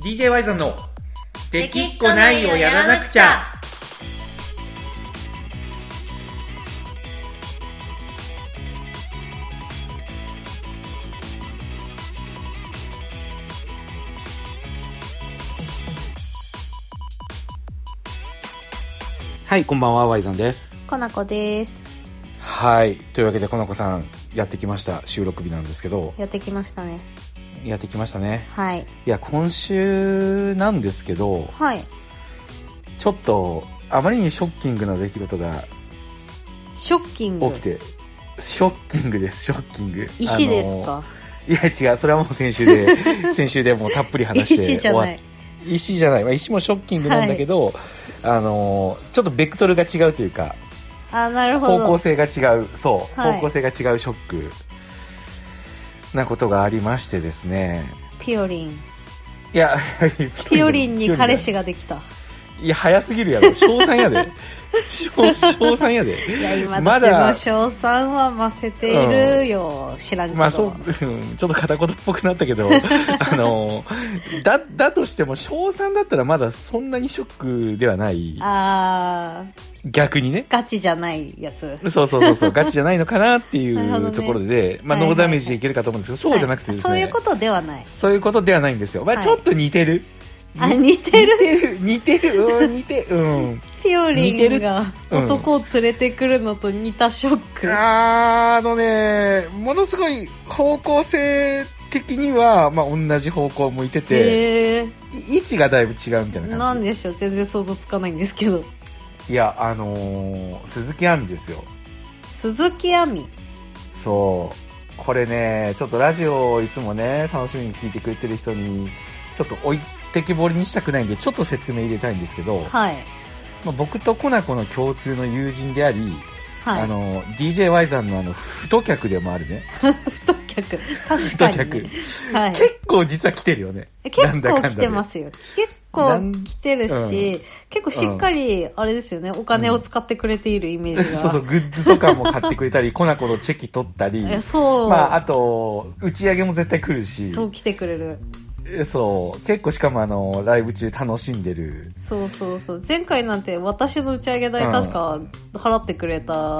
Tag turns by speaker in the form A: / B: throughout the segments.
A: DJ ワイゾンの「できっこないをやらなくちゃ」
B: はい、こんばんは、ワイザンです。
C: コナコです
B: はい、というわけで、この子さん、やってきました。収録日なんですけど、
C: やってきましたね
B: やってきましたね。
C: はい
B: いや、今週なんですけど、
C: はい
B: ちょっと、あまりにショッキングな出来事が
C: ショッキング
B: 起きて、ショッキングです、ショッキング。
C: 石です
B: あの
C: か
B: いや、違う、それはもう先週で、 先週でもうたっぷり話して
C: 石じゃな
B: っ
C: い
B: 石じゃない、まあ、石もショッキングなんだけど、あの、ちょっとベクトルが違うというか、
C: あなるほ
B: 方
C: ど
B: 向性が違うそう、
C: はい
B: 方向性が違うショックなことがありましてですね
C: ピオリン
B: いや
C: ピオリンに彼氏
B: が
C: ができた
B: いや早すぎるやろ賞賛やで賞賞賛やで
C: いや今
B: ま
C: だって
B: だ
C: も賞賛はませているよ、知らんけど、
B: まあそう、うんちょっと片言っぽくなったけ ど、あの、だ、だとしても、賞賛だったらまだそんなにショックではない。
C: あー
B: 逆にね。
C: ガチじゃないやつ
B: そうそうそう そう、ガチじゃないのかなってい
C: なるほど
B: う
C: ね
B: ところで、まあ、
C: はいは
B: ノ
C: いは
B: ー
C: い
B: ダメージでいけるかと思うんですけど、そうじゃなくてですね。
C: はいそういうことではない
B: そういうことではないんですよ。まあ、
C: はい
B: ちょっと似てる。
C: あ似てる
B: 似てる、似てる、うん、似て うん。
C: ピオリンが
B: うん
C: 男を連れてくるのと似たショック、
B: あーあのね、ものすごい方向性的には、まあ、同じ方向を向いてて、
C: へえ
B: い位置がだいぶ違うみたいな
C: な
B: 感
C: ん
B: じ。
C: でしょう全然想像つかないんですけど
B: いや、あのー鈴木亜美ですよ。
C: 鈴木亜美
B: そう。これね、ちょっとラジオをいつもね、楽しみに聞いてくれてる人に、ちょっと置いてきぼりにしたくないんで、ちょっと説明入れたいんですけど、
C: はい
B: まあ、僕とコナコの共通の友人であり、
C: はい
B: あの、DJY さんのあの、太客でもあるね。
C: 太客確
B: 太
C: かに
B: 客。
C: ね、はい、
B: 結構実は来てるよね。なん
C: 結
B: だかん
C: 構
B: だ
C: 来
B: で
C: てますよ結
B: なん
C: 構来てるし、
B: う
C: 結構しっかりあれですよねお金を使ってくれているイメージが、
B: そうそう、グッズとかも買ってくれたり、コナコのチェキ取ったり、
C: えそう、
B: まあ、あと、打ち上げも絶対来るし、
C: そう来てくれる
B: えそう結構しかもあの、ライブ中楽しんでる。
C: そうそうそう前回なんて私の打ち上げ代
B: うん
C: 確か払ってく れた、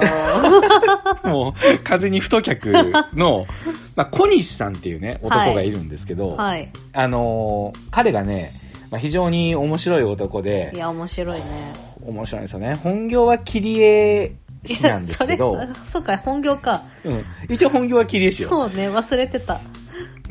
B: もう、風に太客の、 まあ、小西さんっていうね、男がいるんですけど、
C: はい
B: あのー彼がね、まあ、非常に面白い男で
C: い、や面白いね
B: 面白いんですよね。本業は切り絵師なんですけど
C: いや、それそうか本業か
B: うん、一応本業は切り絵師よ。
C: そうね忘れてた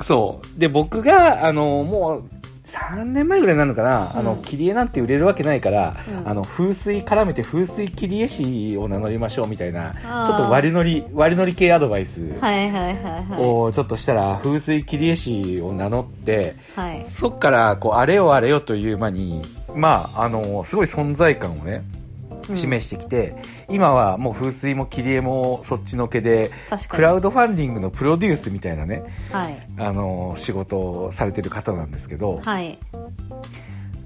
B: そう。で、僕が、あの、もう、3年前ぐらいになるのかな、あの、切り絵なんて売れるわけないから、
C: うん
B: あの、風水絡めて風水切り絵師を名乗りましょうみたいな
C: あ、ー
B: ちょっと割り乗り、割り乗り系アドバイス
C: はいはいはいは
B: をちょっとしたら、風水切り絵師を名乗って、
C: いはい
B: そっから、こう、あれよあれよという間に、まあ、あの、すごい存在感をね、
C: うん
B: 示してきて、今はもう風水も切り絵もそっちのけで、
C: 確か
B: ク
C: に
B: ラウドファンディングのプロデュースみたいなね、
C: はい
B: あの仕事をされてる方なんですけど、
C: はい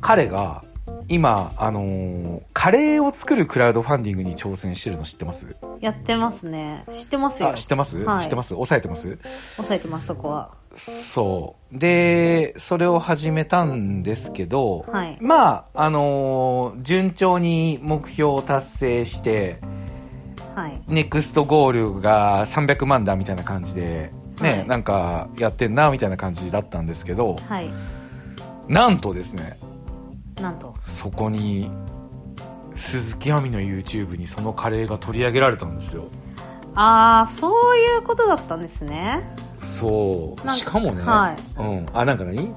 B: 彼が今、あのーカレーを作るクラウドファンディングに挑戦してるの知ってます
C: やってますね知ってますよ
B: あ知ってます、
C: はい
B: 知ってます抑えてます
C: 抑えてますそこは
B: そう。で、それを始めたんですけど、
C: はい
B: まあ、あのー順調に目標を達成して、
C: はい
B: ネクストゴールが300万だみたいな感じで、ね、
C: はい
B: なんかやってんなみたいな感じだったんですけど、
C: はい
B: なんとですね、
C: なんと
B: そこに鈴木亜美の YouTube にそのカレーが取り上げられたんですよ
C: ああそういうことだったんですね
B: そ
C: なん
B: う
C: か
B: しかもね、
C: は
B: うん、あなんか何
C: い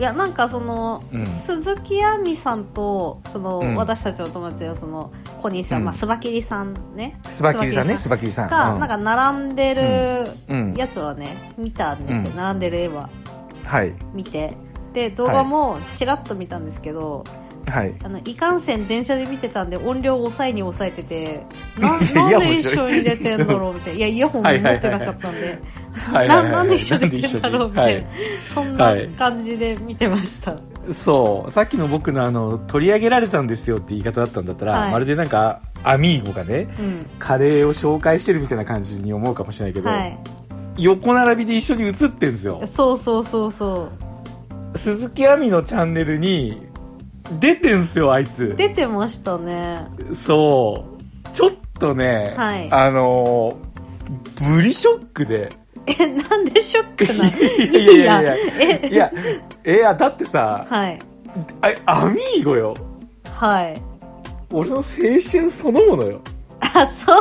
C: やなんかその、
B: うん
C: 鈴木亜美さんとその、
B: うん
C: 私たちの友達のその小西さん、
B: うん
C: まあ、スバキリさんね
B: スバキリさんねスバキリさん
C: が、
B: うん
C: なんか並んでる
B: うん
C: やつはね見たんですよ、
B: うん
C: 並んでる絵は
B: はい
C: 見てで動画もちらっと見たんですけど、
B: はい
C: あのいかんせん電車で見てたんで音量を抑えに抑え てて
B: い
C: な
B: や
C: な
B: イヤ
C: んで
B: ホン
C: 一
B: してる
C: 緒に入れてんだろうみたい ないやイヤホンも持ってなかったんで
B: はい
C: ななんで一緒に入れてんだろうみたいな
B: は
C: そん
B: は
C: ない感じで見てました
B: いそうさっきの僕のあの取り上げられたんですよって言い方だったんだったら、
C: はい
B: まるでなんかアミーゴがね
C: うん
B: カレーを紹介してるみたいな感じに思うかもしれないけど、
C: はい
B: 横並びで一緒に映ってるんですよ
C: そうそうそうそう
B: 鈴木亜美のチャンネルに出てんすよ、あいつ。
C: 出てましたね。
B: そう。ちょっとね、
C: はい
B: あのー、ブリショックで。
C: え、なんでショックな
B: いやいやいや
C: いい
B: い
C: や
B: や、いや、だってさ、
C: はい。
B: あアミーゴよ。
C: はい。
B: 俺の青春そのものよ。
C: あ、そうい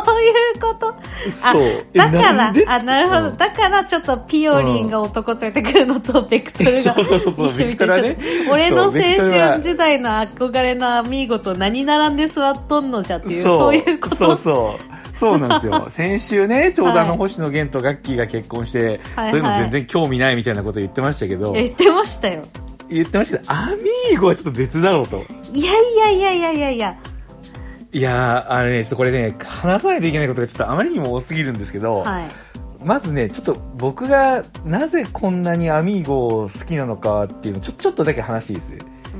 C: うこと
B: そう。え
C: だか
B: な
C: ら
B: んで、
C: あ、なるほど。
B: うん
C: だから、ちょっとピオリンが男連れてくるのと、ベクトルが
B: そうそうそうそう
C: 一緒
B: ベク
C: み
B: ト
C: たい
B: ルは
C: な。ちょっ
B: ね
C: と俺の青
B: そうベクトルは
C: 春時代の憧れのアミーゴと何並んで座っとんのじゃっていう、そういうこと。
B: そうそう。そうなんです よ。先週ね、ちょうどあの星野源とガッキーが結婚して、
C: はい
B: そういうの全然興味ないみたいなこと言ってましたけど、
C: 言ってましたよ。
B: 言ってましたけど、アミーゴはちょっと別だろうと。
C: いやいやいやいやいやいや。
B: いやー、あれね、ちょっとこれね、話さないといけないことがちょっとあまりにも多すぎるんですけど、
C: はい。
B: まずね、ちょっと僕がなぜこんなにアミーゴを好きなのかっていうの、ちょ、ちょっとだけ話していいです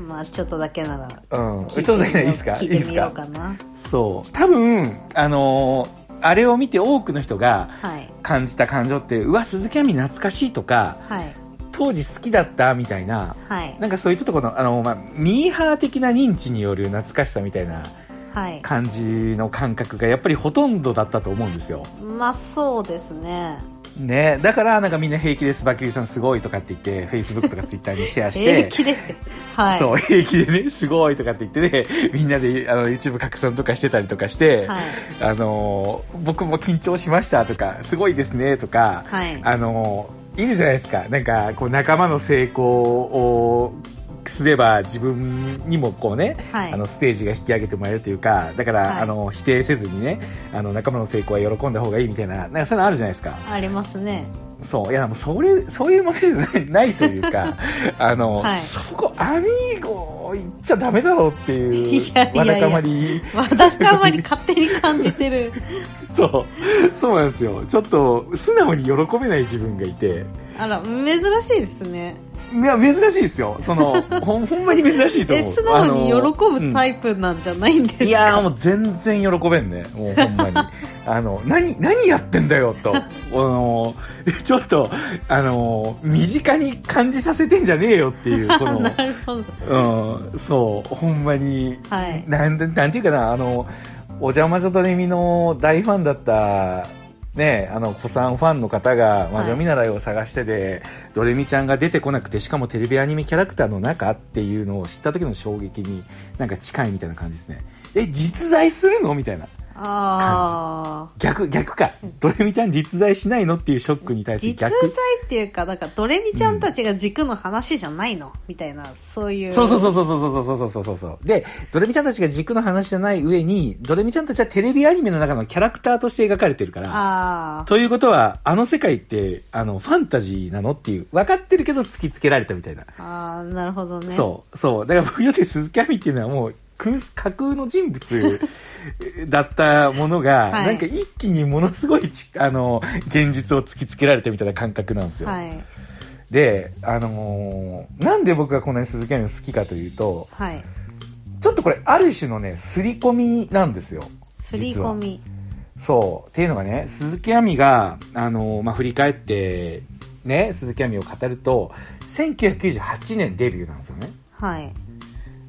C: まあ、ちょっとだけなら。
B: うん。ちょっとだけいいですか
C: 聞い
B: い
C: て
B: です
C: みよう
B: か
C: かな。
B: そう。多分、あのーあれを見て多くの人が
C: はい。
B: 感じた感情って、うわ、鈴木亜美懐かしいとか、
C: はい。
B: 当時好きだったみたいな、
C: はい。
B: なんかそういうちょっとこの、あの、まあ、ミーハー的な認知による懐かしさみたいな
C: はい。
B: 感じの感覚がやっぱりほとんどだったと思うんですよ。
C: まあ、そうですね。
B: ねだからなんかみんな平気です、バッキリさんすごいとかって言って、Facebook とか Twitter にシェアし
C: 平
B: て、
C: 気で。はい。
B: そう、平気でね、すごいとかって言ってね、みんなであの YouTube 拡散とかしてたりとかして、
C: はい。
B: あのー僕も緊張しましたとか、すごいですねとか、
C: はい
B: あのーいるじゃないですか。なんか、こう、仲間の成功をすれば自分にもこうね、
C: はい
B: あの、ステージが引き上げてもらえるというか、だから、
C: はい
B: あの、否定せずにね、あの、仲間の成功は喜んだ方がいいみたいな、なんかそういうのあるじゃないですか。
C: ありますね。
B: そう。いや、もうそれ、そういうものじゃないないというか、 あの、
C: はい
B: そこ、アミーゴ言っちゃダメだろうっていう、
C: いやいやいや
B: わだかまり、
C: わだかまり勝手に感じ てる。
B: そう、そうなんですよ。ちょっと、素直に喜べない自分がいて、
C: あら、珍しいですね。
B: いや、珍しいですよ。そ の、ほんほんまに珍しいと
C: え、
B: 思う。
C: 素直に喜ぶタ
B: イ
C: イプなんじゃないんですか、
B: いやーもう全然喜べんね。もうほん まに。あの、何、何やってんだよ、と。あのー、ちょっと、あのー、身近に感じさせてんじゃねえよっていう、この、
C: なるほど。
B: うん、そう、ほんまに、
C: はい
B: なんてなんていうかな、あの、お邪魔女とレミの大ファンだった、ね、あの、子さんファンの方が、魔女見習いを探してで、ドレミちゃんが出てこなくて、しかもテレビアニメキャラクターの中っていうのを知った時の衝撃に、なんか近いみたいな感じですね。え、実在するのみたいな。
C: ああ。
B: 逆、逆か。ドレミちゃん実在しないのっていうショックに対する
C: 実在
B: 逆。
C: っていうか、なんか、ドレミちゃんたちが軸の話じゃないの、みたいな、そういう。
B: そうそうそうそうそうそうそうそうそうそう。で、ドレミちゃんたちが軸の話じゃない上に、ドレミちゃんたちはテレビアニメの中のキャラクターとして描かれてるから、
C: ああ。
B: ということは、あの世界って、あの、ファンタジーなのっていう、分かってるけど突きつけられたみたいな。
C: ああ、なるほどね。
B: そう、そう。だから僕にとって鈴木亜美っていうのはもう、空架空の人物だったものが、
C: はい
B: なんか一気にものすごいち、あの、現実を突きつけられたみたいな感覚なんですよ。
C: はい。
B: で、あのーなんで僕がこんなに鈴木亜美を好きかというと、
C: はい。
B: ちょっとこれ、ある種のね、刷り込みなんですよ。
C: すり込
B: 実は。
C: み。
B: そう。っていうのがね、鈴木亜美が、あの、まあ、振り返って、ね、鈴木亜美を語ると、1998年デビューなんですよね。
C: はい。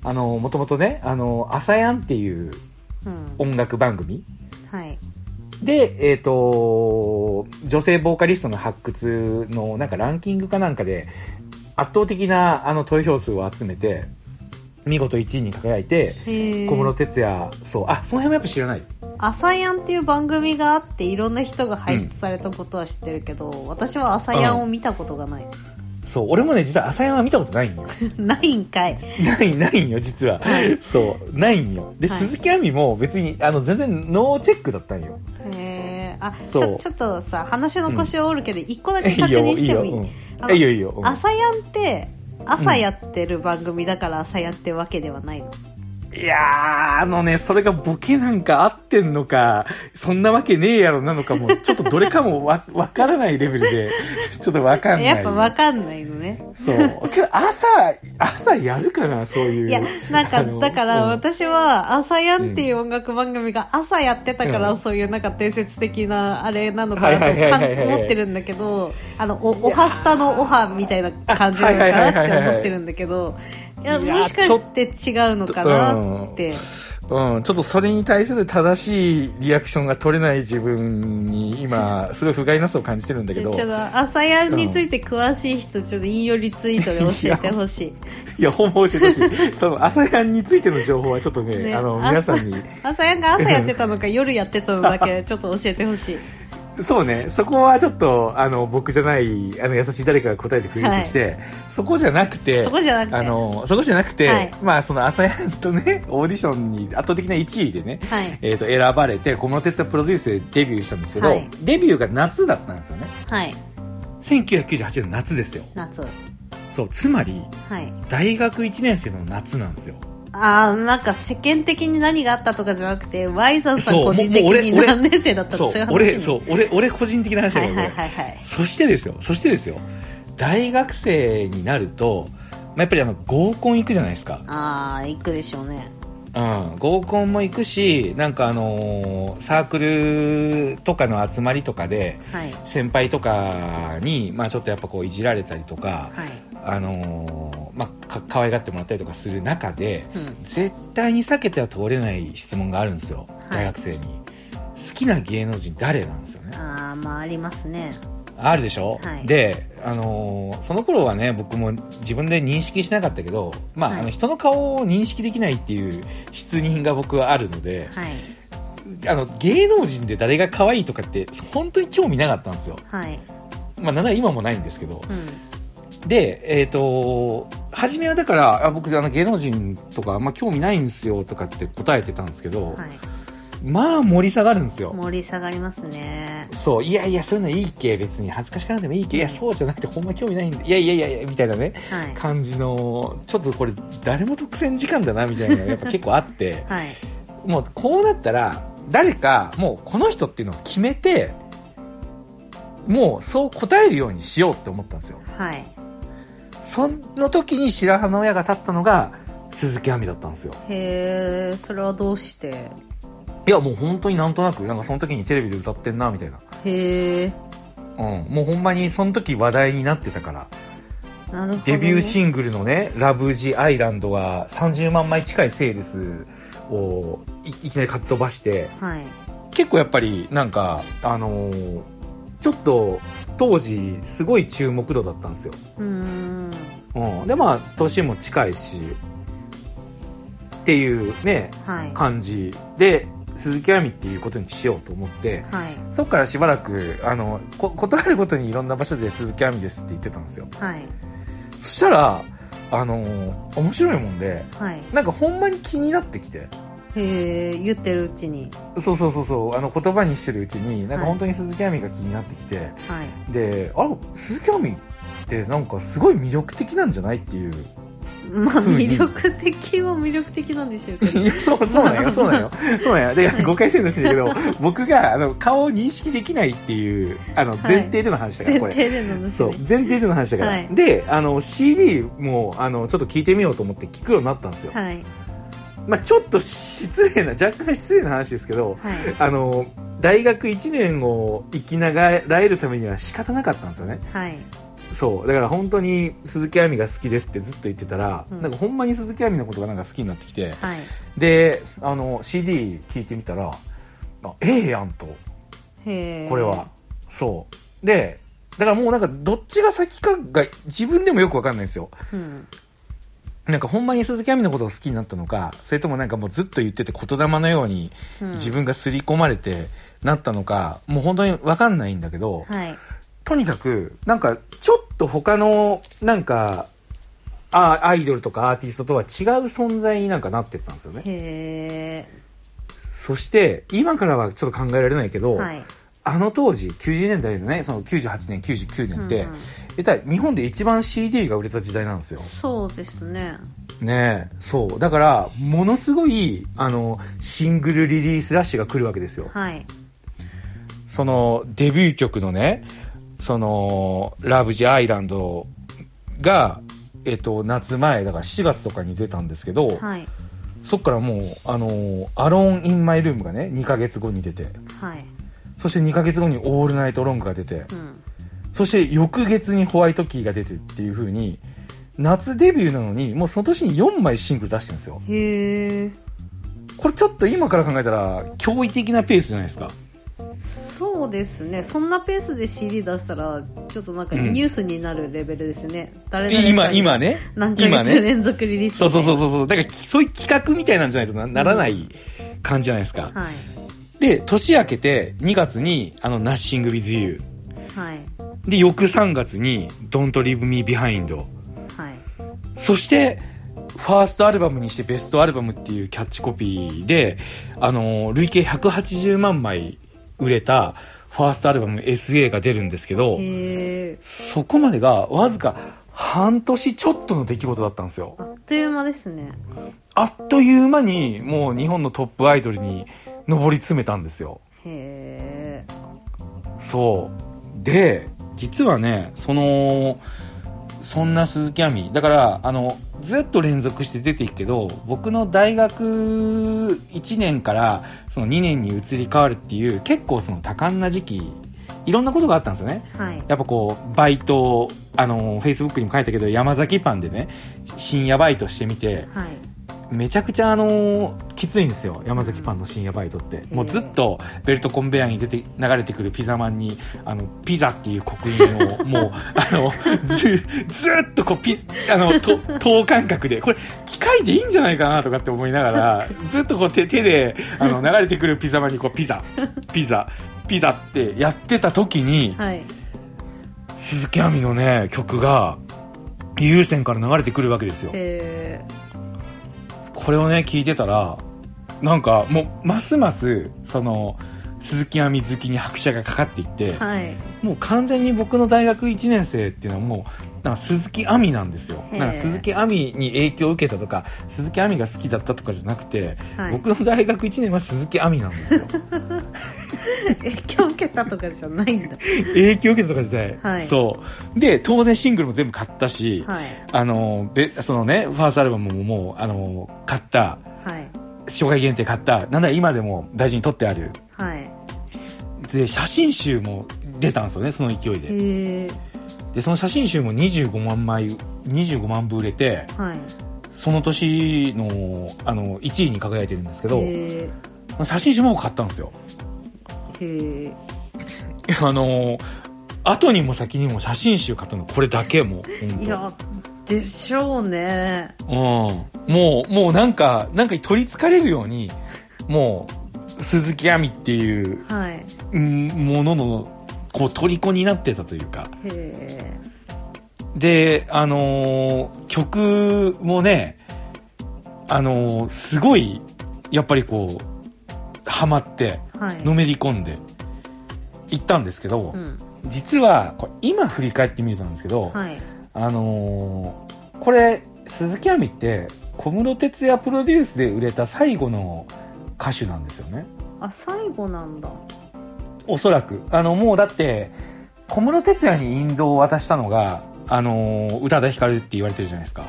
B: あの、もともとね、あの、朝やんっていう
C: うん。
B: 音楽番組
C: はい。
B: で、えっ、と、女性ボーカリストの発掘の、なんかランキングかなんかで、圧倒的な、あの、投票数を集めて、見事1位に輝いて、
C: へえ。
B: 小室哲哉、そう、あ、その辺もやっぱ知らない。
C: 朝やんっていう番組があっていろんな人が輩出されたことは知ってるけど、私は朝やんを見たことがない、
B: そう、俺もね、実は朝山は見たことないんよ。
C: ないんかい
B: ない、ないんよ、実は。そう、ないんよ。で、
C: はい
B: 鈴木亜美も別に、あの、全然ノーチェックだったんよ。
C: へーあち
B: そう
C: ょちょっとさ話の腰を折るけど一個だ
B: え
C: け
B: い
C: 確
B: よ、
C: 認
B: い
C: し
B: い
C: て
B: よ、
C: もいい、
B: うん。
C: あの
B: えいいよ、いいよ。うん
C: 朝やんって朝やってる番組だから朝やってわけではないの、
B: いやー、あのね、それがボケなんか合ってんのか、そんなわけねえや ろなのかも、ちょっとどれかもわ、わからないレベルで、ちょっとわかんない。
C: やっぱわかんないのね。
B: そう。けど朝、朝やるかな、そういう。
C: いや、なん
B: あ
C: か、
B: の
C: だから
B: うん
C: 私は、朝やんっていう音楽番組が朝やってたか
B: う
C: ら、
B: ん
C: そういうなんか伝説的なあれなのかな
B: はいはい
C: と
B: はい
C: か
B: はいはい
C: 思ってるんだけど、あの、お、おはスタのおはみたいな感じなのかなって思ってるんだけど、いや、
B: いや
C: もしかして違うのかなって。
B: うん、ちょっとそれに対する正しいリアクションが取れない自分に今、すごい不甲斐なさを感じてるんだけ
C: ち
B: ど
C: ょ、ちょっと、朝やんについて詳しい人、ちょっと引用リツイートで教えてほしい。
B: いや、本望してほし い。その、朝やんについての情報はちょっとね、
C: ね
B: あの、皆さんに、
C: 朝朝やんが朝やってたのか夜やってたのだけちょっと教えてほしい
B: そうね、そこはちょっと、あの、僕じゃない、あの、優しい誰かが答えてくれるとして、そこじゃなくて、
C: そこじゃなくて
B: あの、そこじゃなくて、
C: はい
B: まあ、その、朝やんとね、オーディションに圧倒的な1位でね、
C: はい
B: えっ、と、選ばれて、小室哲也プロデュースでデビューしたんですけど、
C: はい
B: デビューが夏だったんですよね。
C: はい
B: 1998年の夏ですよ。
C: 夏
B: そう、つまり、
C: はい
B: 大学1年生の夏なんですよ。
C: ああなんか世間的に何があったとかじゃなくて Y さんさん
B: そう
C: 個
B: も
C: 人
B: う
C: 的
B: もう俺
C: に
B: 俺
C: 何年生だった
B: そ
C: と
B: う
C: そういう、話
B: 俺、
C: ね
B: そう、俺、俺個人的な話だ
C: は
B: け
C: い
B: ど、
C: はいはいはい
B: そしてですよ、そしてですよ、大学生になると、まあ、やっぱりあの、合コン行くじゃないですか。
C: ああ行くでしょうね
B: うん、合コンも行くし、なんかあのーサークルとかの集まりとかで、
C: はい
B: 先輩とかに、まあちょっとやっぱこういじられたりとか、
C: はい
B: あのーまあか、可愛がってもらったりとかする中で、
C: うん
B: 絶対に避けては通れない質問があるんですよ、
C: い
B: 大学生に。好きな芸能人誰なんですよね。
C: ああまあありますね
B: あるでしょ、
C: はい
B: で、あのーその頃はね、僕も自分で認識しなかったけど、まあ、
C: はい
B: あの人の顔を認識できないっていう失認が僕はあるので、
C: はい
B: あの、芸能人で誰が可愛いとかって、本当に興味なかったんですよ。
C: はい
B: まあ、なんなら今もないんですけど。
C: うん
B: で、えっ、と、初めはだから、あ僕、あの、芸能人とかあんま興味ないんですよとかって答えてたんですけど、
C: はい
B: まあ、盛り下がるんですよ。
C: 盛り下がりますね
B: そう、いやいや、そういうのいいけ、別に恥ずかしがらなくてもいいけ、いや、そうじゃなくて、ほんま興味ないんで、いやいやいやいや、みたいなね、
C: はい
B: 感じの、ちょっとこれ、誰も特選時間だな、みたいなのがやっぱ結構あって、
C: はい
B: もうこうなったら、誰か、もうこの人っていうのを決めて、もうそう答えるようにしようって思ったんですよ。
C: はい
B: その時に白羽の親が立ったのが、鈴木亜美だったんですよ。
C: へえそれはどうして
B: いや、もう本当になんとなく、なんかその時にテレビで歌ってんな、みたいな。
C: へえ
B: うん。もうほんまにその時話題になってたから。
C: なるほどね、
B: デビューシングルのね、ラブジアイランドは30万枚近いセールスをいいきなりかっ飛ばして、
C: はい
B: 結構やっぱりなんか、あのーちょっと当時すごい注目度だったんですよ。
C: うーん
B: うん。で、まあ、年も近いし、っていうね、
C: はい
B: 感じで、鈴木亜美っていうことにしようと思って、
C: はい
B: そっからしばらく、あの、こ断るごとにいろんな場所で鈴木亜美ですって言ってたんですよ。
C: はい
B: そしたら、あのー面白いもんで、
C: はい
B: なんかほんまに気になってきて、
C: へえ言ってるうちに
B: そうそうそうそう、あの言葉にしてるうちに、なんか
C: はい
B: 本当に鈴木亜美が気になってきて、
C: はい
B: で、あら、鈴木亜美ってなんかすごい魅力的なんじゃないっていう。
C: まあ
B: うん
C: 魅力的は魅力的なんでしょうけど
B: いや、そう、そうなんよ、 そうなんよ。そうなんよ。で、誤解してるんですけど、僕が、あの、顔を認識できないっていう、あの、前提での話だから、
C: 前
B: これ。
C: 提での
B: そう
C: 娘、
B: 前提での話だから。
C: はい
B: で、あの、CD も、あの、ちょっと聞いてみようと思って聞くようになったんですよ。
C: はい
B: まあちょっと失礼な、若干失礼な話ですけど、
C: はい
B: あの、大学1年を生きながらえるためには仕方なかったんですよね。
C: はい
B: そう。だから本当に鈴木亜美が好きですってずっと言ってたら、
C: うん
B: なんかほんまに鈴木亜美のことがなんか好きになってきて、
C: はい
B: で、あの、CD 聞いてみたら、あ、ええやんと、
C: へえ
B: これは。そう。で、だからもうなんかどっちが先かが自分でもよくわかんないんですよ。
C: うん
B: なんかほんまに鈴木亜美のことを好きになったのか、それともなんかもうずっと言ってて言霊のように
C: うん
B: 自分が刷り込まれてなったのか、もう本当にわかんないんだけど、
C: はい
B: とにかく、なんかちょっと他の、なんか、あアイドルとかアーティストとは違う存在になんかなってったんですよね。
C: へ
B: そして、今からはちょっと考えられないけど、
C: えはい
B: あの当時、90年代のね、その98年、99年って、
C: うんうん
B: えたい日本で一番 CD が売れた時代なんですよ。
C: そうですね
B: ねえ、そう。だから、ものすごい、あの、シングルリリースラッシュが来るわけですよ。
C: はい
B: その、デビュー曲のね、その、ラブジアイランドが、えっと、夏前、だから7月とかに出たんですけど、
C: はい
B: そっからもう、あのーアローン・イン・マイ・ルームがね、2ヶ月後に出て、
C: はい
B: そして2ヶ月後にオールナイト・ロングが出て
C: う、ん
B: そして翌月にホワイト・キーが出てっていう風に、夏デビューなのに、もうその年に4枚シングル出してるんですよ。
C: へえ
B: これちょっと今から考えたら、驚異的なペースじゃないです か。
C: そうですねそんなペースで CD 出したらちょっとなんかニュースになるレベルですね、誰々さん
B: 今、今ね。
C: 何ヶ
B: 今
C: 月
B: ね。
C: 連続リリース、
B: そうそうそうそうそう。だから、きそういう企画みたいなんじゃないとなならない感じじゃないですか。
C: はい
B: で、年明けて2月に、あの、Nothing With You。
C: はい
B: で、翌3月に、Don't Leave Me Behind。
C: はい
B: そして、ファーストアルバムにしてベストアルバムっていうキャッチコピーで、あの、累計180万枚売れた、ファーストアルバム SA が出るんですけど、
C: へえ
B: そこまでがわずか半年ちょっとの出来事だったんですよ
C: あ。っという間ですね
B: あっという間にもう日本のトップアイドルに上り詰めたんですよ。
C: へえ
B: そう。で、実はね、その、そんな鈴木亜美。だから、あの、ずっと連続して出ていくけど、僕の大学1年からその2年に移り変わるっていう、結構その多感な時期、いろんなことがあったんですよね。
C: はい
B: やっぱこう、バイト、あの、Facebook にも書いたけど、山崎パンでね、深夜バイトしてみて、
C: はい
B: めちゃくちゃあのーきついんですよ。山崎パンの深夜バイトって。もうずっとベルトコンベヤーに出て、流れてくるピザマンに、あの、ピザっていう刻印を、もう、あの、ず、ずっとこう、ピ、あの、と、等間隔で、これ、機械でいいんじゃないかなとかって思いながら、ずっとこう手、手で、あの、流れてくるピザマンにこう、ピザ、ピザ、ピザってやってた時に、
C: はい
B: 鈴木亜美のね、曲が、優先から流れてくるわけですよ。
C: へえ
B: これをね、聞いてたら、なんかもう、ますます、その、鈴木亜美好きに拍車がかかっていって、
C: はい
B: もう完全に僕の大学1年生っていうのはもう、なんか鈴木亜美なんですよ。
C: へー
B: なんか鈴木亜美に影響を受けたとか、鈴木亜美が好きだったとかじゃなくて、
C: はい
B: 僕の大学1年は鈴木亜美なんです よ。
C: 影響受けたとかじゃないんだ
B: 影響を受けたとかじゃない。
C: はい
B: そう。で、当然シングルも全部買ったし、
C: はい
B: あの、べそのね、ファーストアルバムももう、あの、買った、
C: はい
B: 障害限定買った、なんだ今でも大事に取ってある。
C: はい
B: で、写真集も出たんですよね、その勢いで。
C: へえ
B: で、その写真集も25万枚、25万部売れて、
C: はい
B: その年の、あの、1位に輝いてるんですけど、
C: へえ
B: 写真集も買ったんですよ。
C: へえ
B: あのー、後にも先にも写真集買ったの、これだけもう、
C: い
B: 本
C: やでしょうね
B: 当うん。もう、もうなんか、なんか取り憑かれるように、もう、鈴木亜美っていう、
C: はいへ
B: うんものの、こう、虜になってたというか。
C: え
B: で、あのー曲もね、あのーすごい、やっぱりこう、ハマって、
C: はい
B: のめり込んで、行ったんですけど、
C: うん
B: 実は、これ今振り返ってみるとなんですけど、
C: はい
B: あのーこれ、鈴木亜美って、小室哲也プロデュースで売れた最後の歌手なんですよね。
C: あ最後なんだ
B: おそらく。あの、もうだって、小室哲也に引導を渡したのが、あのー宇多田ヒカルって言われてるじゃないですか。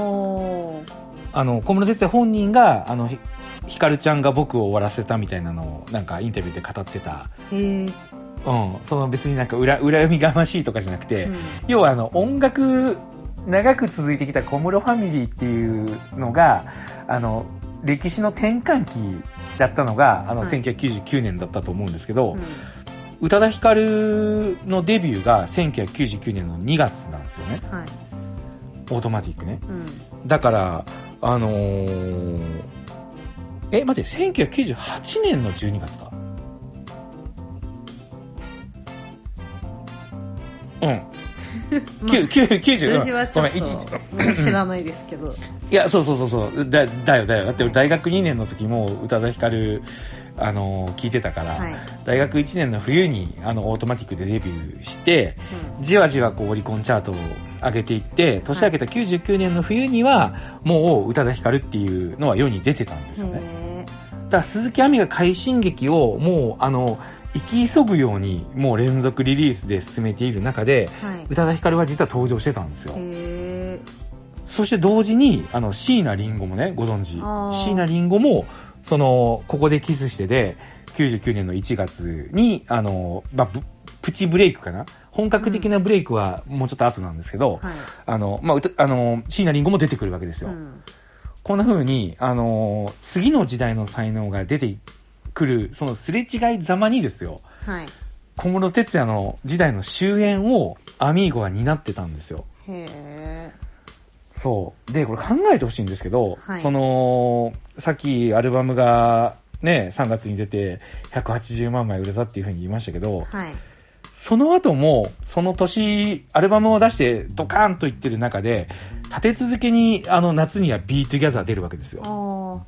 C: おー
B: あの、小室哲也本人が、あの、ひひかるちゃんが僕を終わらせたみたいなのを、なんかインタビューで語ってた。
C: へえ
B: うん。その別になんか裏、恨みがましいとかじゃなくて、
C: うん
B: 要はあの、音楽、長く続いてきた小室ファミリーっていうのが、あの、歴史の転換期だったのが、あの、
C: はい
B: 1999年だったと思うんですけど、
C: うん
B: 宇多田ヒカルのデビューが1999年の2月なんですよね。
C: はい
B: オートマティックね。
C: うん
B: だから、あのーえ、待って、1998年の12月か。 うん。
C: まあ
B: 九九90、
C: 数
B: う
C: 字は
B: ん
C: ち
B: ご
C: ょ
B: め
C: っ
B: ん、11
C: と僕知らないです けど
B: いや、そうそうそうそう。だ、だよだよ。だって大学2年の時も宇多田ヒカル、あのー聞いてたから、
C: はい
B: 大学1年の冬に、あの、オートマティックでデビューして、じわじわこうオリコンチャートを上げていって、年明けた99年の冬には、もう宇多田ヒカルっていうのは世に出てたんです
C: う
B: よ
C: ん
B: ね。
C: へ
B: だから鈴木亜美が快進撃をもう、あの、生き急ぐように、もう連続リリースで進めている中で、
C: えはい
B: 宇多田ヒカルは実は登場してたんですよ。
C: へ
B: そして同時に、あの、椎名林檎もね、ご存
C: あー
B: 知。椎名林檎も、その、ここでキスしてで、99年の1月に、あの、まあ、ぶプチブレイクかな本格的なブレイクはもうちょっと後なんですけど、
C: はい
B: あの、まあ、歌あの、椎名林檎も出てくるわけですよ。
C: うん
B: こんな風に、あの、次の時代の才能が出てくる、そのすれ違いざまにですよ、
C: はい
B: 小室哲也の時代の終焉をアミーゴが担ってたんですよ。
C: へえ
B: そう。で、これ考えてほしいんですけど、
C: はい
B: その、さっきアルバムがね、3月に出て180万枚売れたっていうふうに言いましたけど、
C: はい
B: その後も、その年、アルバムを出してドカーンといってる中で、立て続けにあの夏にはビートギャザー出るわけですよ。
C: おー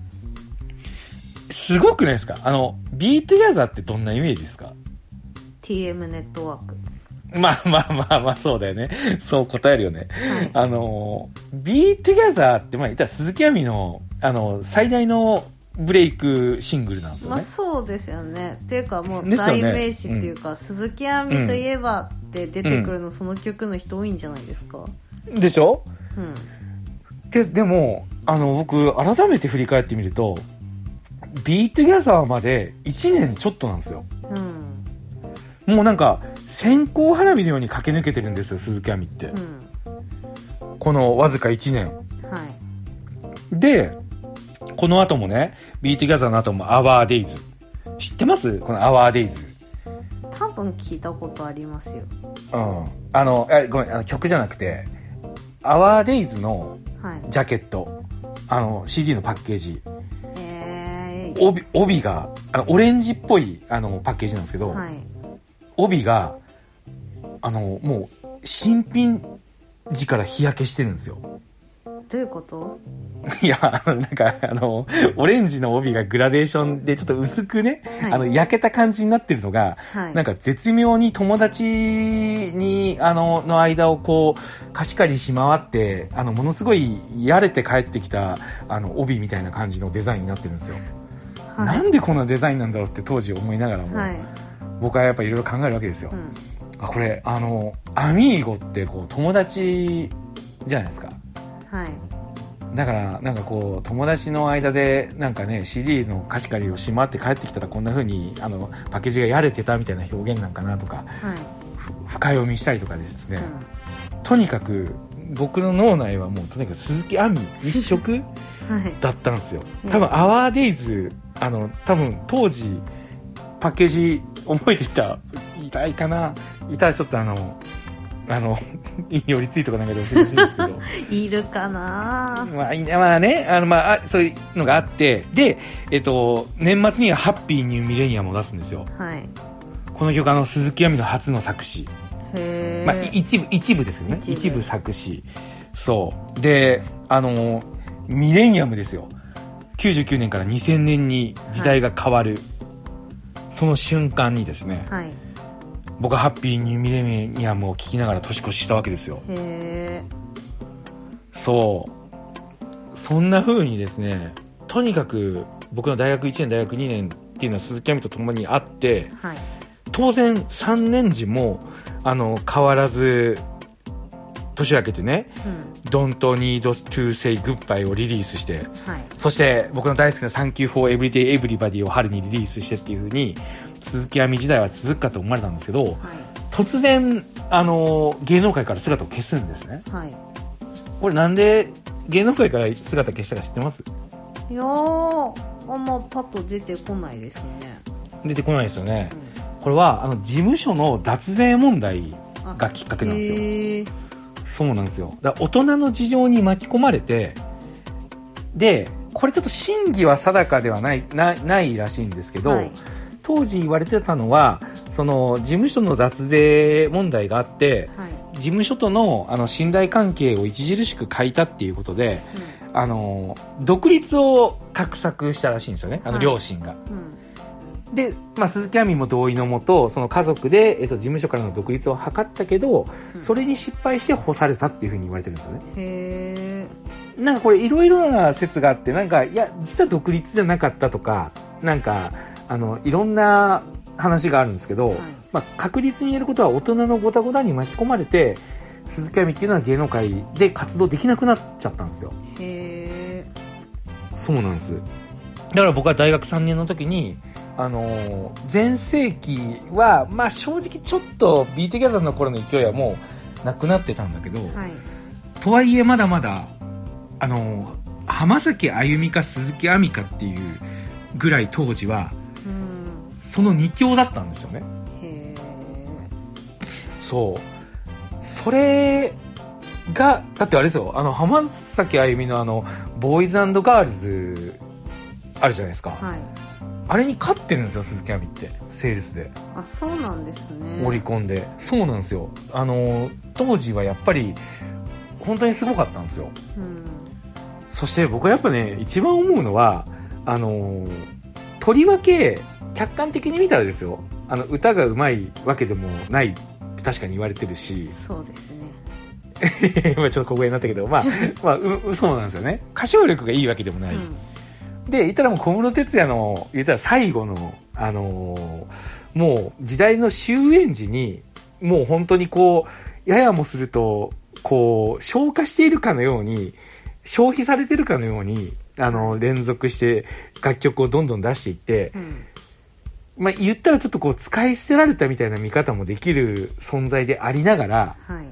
B: すごくないですかあの、ビートギャザーってどんなイメージですか
C: TM ネットワーク
B: まあまあまあまあ、そうだよね。そう答えるよね。
C: はい
B: あの、ビートギャザーって、まあ言ったら鈴木亜美の、あの、最大のブレイクシングルなんですよ
C: まあ
B: ね。
C: そうですよねっていうかもう
B: ですよ
C: 代
B: ね
C: 名詞っていうか、鈴木亜美といえばって出てくるの、その曲の人多いんじゃないですか
B: でしょ
C: うん
B: で、でも、あの、僕、改めて振り返ってみると、ビートギャザーまで1年ちょっとなんですよ。
C: うん
B: もうなんか、線香花火のように駆け抜けてるんですよ、鈴木亜美って
C: う。ん
B: このわずか1年。
C: はい
B: で、この後もね、ビートギャザーの後もアワーデイズ。知ってますこのアワーデイズ。
C: 多分聞いたことありますよ
B: うん。あの、あごめん、あの曲じゃなくて、アワーデイズの
C: はい
B: ジャケット。あの、CD のパッケージ。
C: えー
B: 帯、帯が、あの、オレンジっぽい、あの、パッケージなんですけど、
C: はい
B: 帯が、あの、もう、新品時から日焼けしてるんですよ。
C: どういうこと
B: いや、あのなんか、あの、オレンジの帯がグラデーションでちょっと薄くね、
C: はい
B: あの、焼けた感じになってるのが、
C: はい
B: なんか絶妙に友達に、あの、の間をこう、貸し借りし回って、あの、ものすごい、やれて帰ってきた、あの、帯みたいな感じのデザインになってるんですよ。
C: は
B: なんでこんなデザインなんだろうって当時思いながら
C: い
B: も、
C: はい
B: 僕はやっぱいろいろ考えるわけですよ。
C: うん
B: あ、これ、あの、アミーゴってこう、友達じゃないですか。
C: はい
B: だからなんかこう友達の間でなんかね CD の貸し借りをしまって帰ってきたらこんな風にあのパッケージがやれてたみたいな表現なんかなとか
C: はい
B: ふ深読みしたりとかですね
C: う、ん
B: とにかく僕の脳内はもうとにかく鈴木亜美一色
C: はい
B: だったんですよ
C: うん
B: 多分「アワーデイズあの多分当時パッケージ覚えていたいたいかないたらちょっとあのあの 引用リツイートかなんかで教えてほしいんですけど
C: いるかな
B: まあ、いやまあね、あの、まああ、そういうのがあって、で、えっと、年末にはハッピーニューミレニアムを出すんですよ。
C: はい
B: この曲、あの、鈴木亜美の初の作詞。
C: へえ、
B: まあ、い一部、一部ですけどね。
C: 一部
B: 一部作詞。そう。で、あの、ミレニアムですよ。99年から2000年に時代が変わる。その瞬間にですね、
C: はいへ
B: 僕はハッピーニューミレニアムを聴きながら年越ししたわけですよ。
C: え
B: そう。そんな風にですね、とにかく僕の大学1年、大学2年っていうのは鈴木亜美と共にあって、
C: はい
B: 当然3年時も、あの、変わらず、年明けてね、
C: うん
B: Don't Need to Say Goodbye をリリースして、
C: はい
B: そして僕の大好きな Thank You for Everyday Everybody を春にリリースしてっていう風に、鈴木亜美時代は続くかと思われたんですけど、
C: は
B: 突然、あの、芸能界から姿を消すんですね。
C: いはい
B: これなんで芸能界から姿消したか知ってます
C: いやーあんまパッと出てこないですね、
B: 出てこないですよね
C: う。ん、
B: これは、あの、事務所の脱税問題がきっかけなんですよ。
C: へえ
B: そうなんですよ。だから大人の事情に巻き込まれて、で、これちょっと真偽は定かではない、なないらしいんですけど、
C: はい
B: 当時言われてたのは、その、事務所の脱税問題があって、
C: はい
B: 事務所との、あの、信頼関係を著しく欠いたっていうことで、あの、独立を画策したらしいんですよね。あの、
C: はい
B: 両親が。
C: うん、うん、
B: で、まあ、鈴木亜美も同意のもと、その家族で、えっと、事務所からの独立を図ったけど、
C: うん
B: それに失敗して干されたっていうふうに言われてるんですよね。
C: へえ
B: なんかこれいろいろな説があって、なんか、いや、実は独立じゃなかったとか、なんか、あの、いろんな話があるんですけど、
C: い
B: まあ、確実に言えることは大人のごたごたに巻き込まれて、鈴木亜美っていうのは芸能界で活動できなくなっちゃったんですよ。
C: へえ
B: そうなんです。だから僕は大学3年の時に、あのー前世紀は、まあ正直ちょっとビートギャザーの頃の勢いはもうなくなってたんだけど、
C: はい
B: とはいえまだまだ、あのー浜崎あゆみか鈴木亜美かっていうぐらい当時は、
C: うん
B: その2強だったんですよね。
C: へ
B: そう。それが、だってあれですよ、あの、浜崎あゆみのあの、ボーイズガールズ、あるじゃないですか。
C: えはい
B: あれに勝ってるんですよ、鈴木亜美って。セールスで。
C: あそうなんですね
B: オリコンで。そうなんですよ。あの、当時はやっぱり、本当にすごかったんですよ。
C: うん
B: そして僕はやっぱね、一番思うのは、あの、とりわけ、客観的に見たらですよ。あの、歌が上手いわけでもないって確かに言われてるし。
C: そうですね
B: 今ちょっと小声になったけど、まあ、まあ、う、そうなんですよね。歌唱力がいいわけでもない。
C: うん
B: で、言ったらもう小室哲也の、言ったら最後の、あのーもう時代の終焉時に、もう本当にこう、ややもすると、こう、消化しているかのように、消費されてるかのように、あのー連続して楽曲をどんどん出していって、
C: うん
B: まあ言ったらちょっとこう使い捨てられたみたいな見方もできる存在でありながら、
C: はい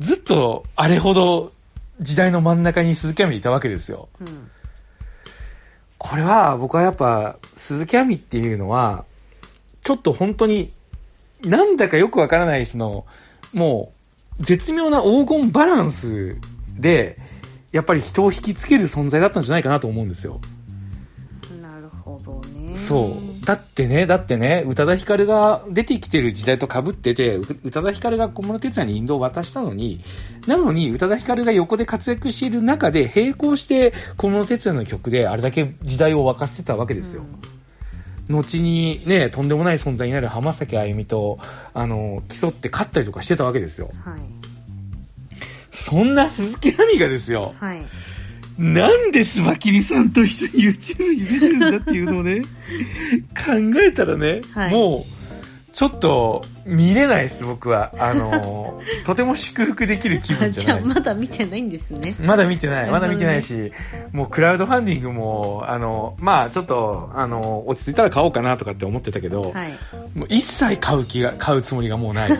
B: ずっとあれほど時代の真ん中に鈴木亜美いたわけですよ。
C: うん
B: これは僕はやっぱ鈴木亜美っていうのは、ちょっと本当になんだかよくわからないその、もう絶妙な黄金バランスで、やっぱり人を引きつける存在だったんじゃないかなと思うんですよ。
C: なるほどね
B: そう。だってね、だってね、宇多田ヒカルが出てきてる時代と被ってて、う宇多田ヒカルが小室哲也に引導を渡したのに、なのに宇多田ヒカルが横で活躍している中で、並行して小室哲也の曲であれだけ時代を沸かせてたわけですよ。後にね、とんでもない存在になる浜崎あゆみと、あの、競って勝ったりとかしてたわけですよ。
C: はい
B: そんな鈴木亜美がですよ、
C: はい
B: なんでスバキリさんと一緒に YouTube に出てるんだっていうのを ね、考えたらね、
C: はい
B: もう、ちょっと、見れないです、僕は。あの ー、とても祝福できる気
C: あ
B: 分じ
C: じゃ
B: ゃ
C: あ
B: ない。
C: まだ見てないんですね
B: まだ見てない、まだ見てないし、もうクラウドファンディングも、あの、まあちょっと、あの、落ち着いたら買おうかなとかって思ってたけど、
C: はい
B: もう一切買う気が、買うつもりがもうない。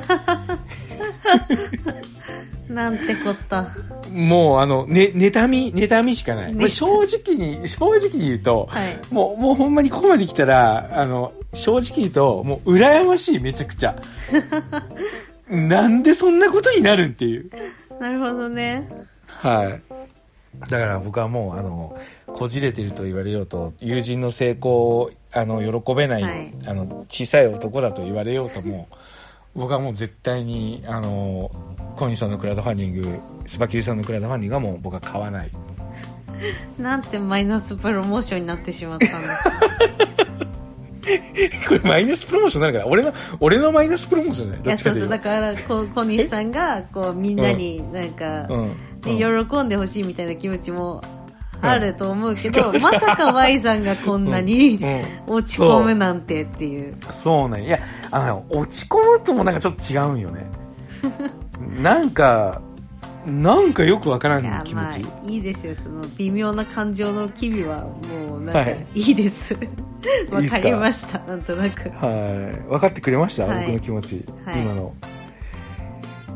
C: なんてこった
B: もうあの、ね、妬み、妬みしかない。
C: ね
B: もう正直に、正直に言うと、
C: はい
B: もう、もうほんまにここまで来たら、あの、正直言うと、もう羨ましい、めちゃくちゃ。なんでそんなことになるんっていう。
C: なるほどね
B: はい。だから僕はもう、あの、こじれてると言われようと、友人の成功を、あの、喜べない、
C: はい
B: あの、小さい男だと言われようとも、僕はもう絶対に、あの、小西さんのクラウドファンディング、スパキリさんのクラウドファンディングはもう僕は買わない。
C: なんてマイナスプロモーションになってしまったんだ
B: これマイナスプロモーションになるから、俺の、俺のマイナスプロモーションじゃない
C: い
B: どっ
C: や
B: ち
C: そ
B: かと
C: う
B: い
C: そうう
B: と
C: だからこう小西さんがこうみんなになんか、
B: うん
C: で喜んでほしいみたいな気持ちも
B: うん
C: あると思うけど、まさか Y さんがこんなに
B: うんうん
C: 落ち込むなんてっていう
B: そうね。いや、あの、落ち込むともなんかちょっと違うんよね。 なんか、なんかよくわから
C: いや
B: ん気持
C: ま
B: ち。
C: あいいですよその微妙な感情の機微はもうなんか、
B: はいい、
C: いですわ
B: いっす
C: か
B: か
C: りましたなんとなく
B: はい。分かってくれました、
C: はい
B: 僕の気持ち。
C: はい
B: 今の。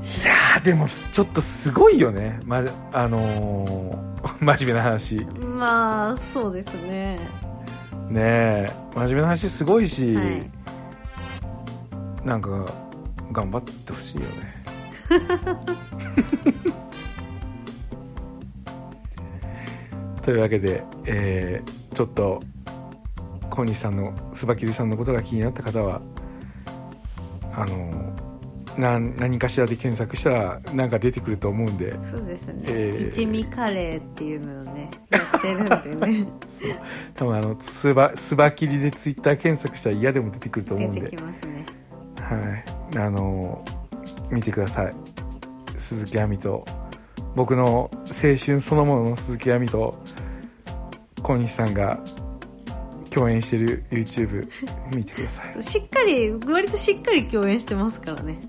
B: いやー、でも、ちょっとすごいよね。まじ、あのー 真面目な話。ね
C: まあそうですね
B: え。真面目な話すごいし、
C: はい
B: なんか、頑張ってほしいよね。 というわけで、えーちょっと小西さんのスバキリさんのことが気になった方はあのなん何かしらで検索したらなんか出てくると思うんで
C: そうですね、
B: えー
C: 一味カレーっていうのをねやってるんで ね
B: 多分あのスバスバキリでツイッター検索したら嫌でも出てくると思うん
C: 出て
B: で
C: き、ますね
B: はい、あの見てください鈴木亜美と僕の青春そのものの鈴木亜美と小西さんが共演してる YouTube 見てください
C: そうしっかり割としっかり共演してますからね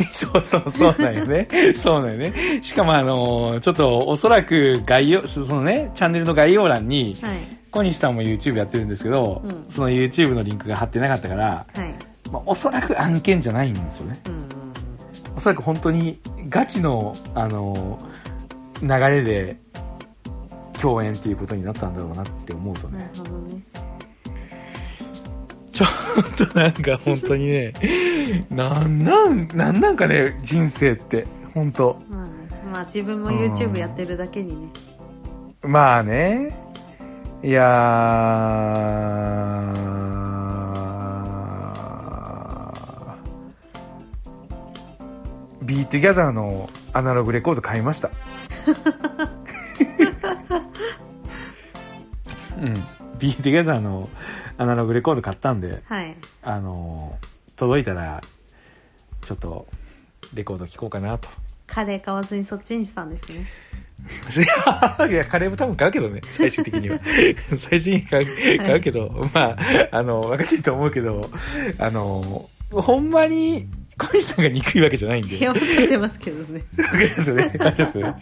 B: そそうそう、そうなんよね。そうなんよね。しかもあのーちょっとおそらく概要、そのね、チャンネルの概要欄に、
C: はい
B: 小西さんも YouTube やってるんですけど、
C: うん
B: その YouTube のリンクが貼ってなかったから、
C: はい
B: まあ、おそらく案件じゃないんですよね。
C: うんうん
B: おそらく本当にガチの、あのー流れで共演っていうことになったんだろうなって思うと
C: うんな
B: ね
C: る、ほどね
B: ちょっとなんか本当にね、なんなん、なんなんかね、人生って、本当
C: まあねまあ自分も
B: うん
C: YouTube やってるだけにね
B: まあね。いやー。ビートギャザーのアナログレコード買いました。 うん。ビートギャザーのアナログレコード買ったんで、
C: はい
B: あのー届いたら、ちょっと、レコード聴こうかなと。
C: カレー買わずにそっちにしたんですね
B: いや、カレーも多分買うけどね、最終的には。最終的に買う買うけど、まあ、あの、分かってると思うけど、あの、ほんまに、小西さんが憎いわけじゃないんで。
C: 気をつけてますけどね
B: わかりますよね。わかりますよね。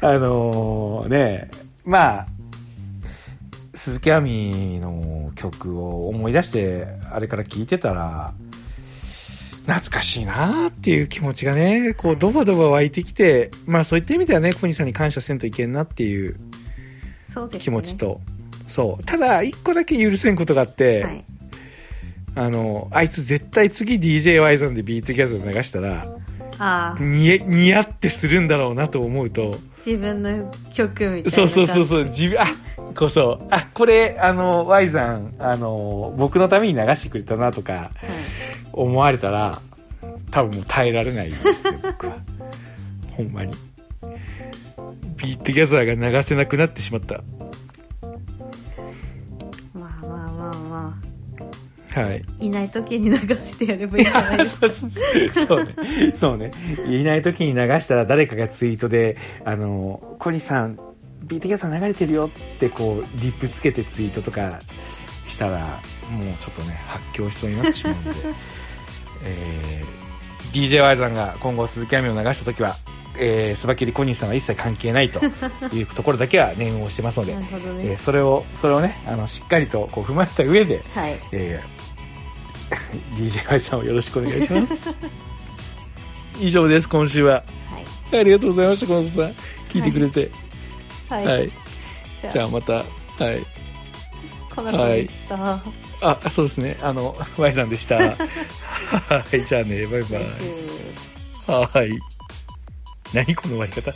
B: あのね、まあ、鈴木亜美の曲を思い出して、あれから聴いてたら、懐かしいなっていう気持ちがね、こう、ドバドバ湧いてきて、まあそういった意味ではね、小西さんに感謝せんといけんなっていう
C: そうですね
B: 気持ちと。そう。ただ、一個だけ許せんことがあって、
C: はい
B: あの、あいつ絶対次 DJY さんでビートギャザー流したら、
C: ああ
B: 似え、似合ってするんだろうなと思うと、
C: 自分の曲みたいな
B: そうそうそう
C: う
B: そう、自分、あ、こそ、あ、これ、あの、Y さん、あの、僕のために流してくれたなとか、思われたら、多分もう耐えられないです よ、僕は。ほんまに。ビートギャザーが流せなくなってしまった。
C: まあまあまあま
B: はい。
C: あいない時に流してやればいいんじゃないですか
B: そうそうそうそうね。そうね。いない時に流したら誰かがツイートで、あの、小西さん、ビートギャザー流れてるよってこう、リップつけてツイートとかしたら、もうちょっとね、発狂しそうになってしまうんで。えー、DJY さんが今後鈴木亜美を流した時は、えー、スバキリ小西さんは一切関係ないというところだけは念を押して ますので
C: な、るほ
B: え
C: ど
B: ー
C: ね
B: それを、それをね、あの、しっかりとこう踏まえた上で、
C: はい
B: えー、DJY さんをよろしくお願いし ます。以上です、今週は。
C: は
B: ありがとうございました、近藤さん。聞いてくれて。
C: い
B: は。
C: はいい
B: じ
C: じ
B: ゃ
C: ゃ
B: あまた。はい。
C: あかなこでした
B: あ、そうですね。あの、Y さんで した。はい、じゃあね、バイバイ
C: 来。週
B: はい。何この終わり方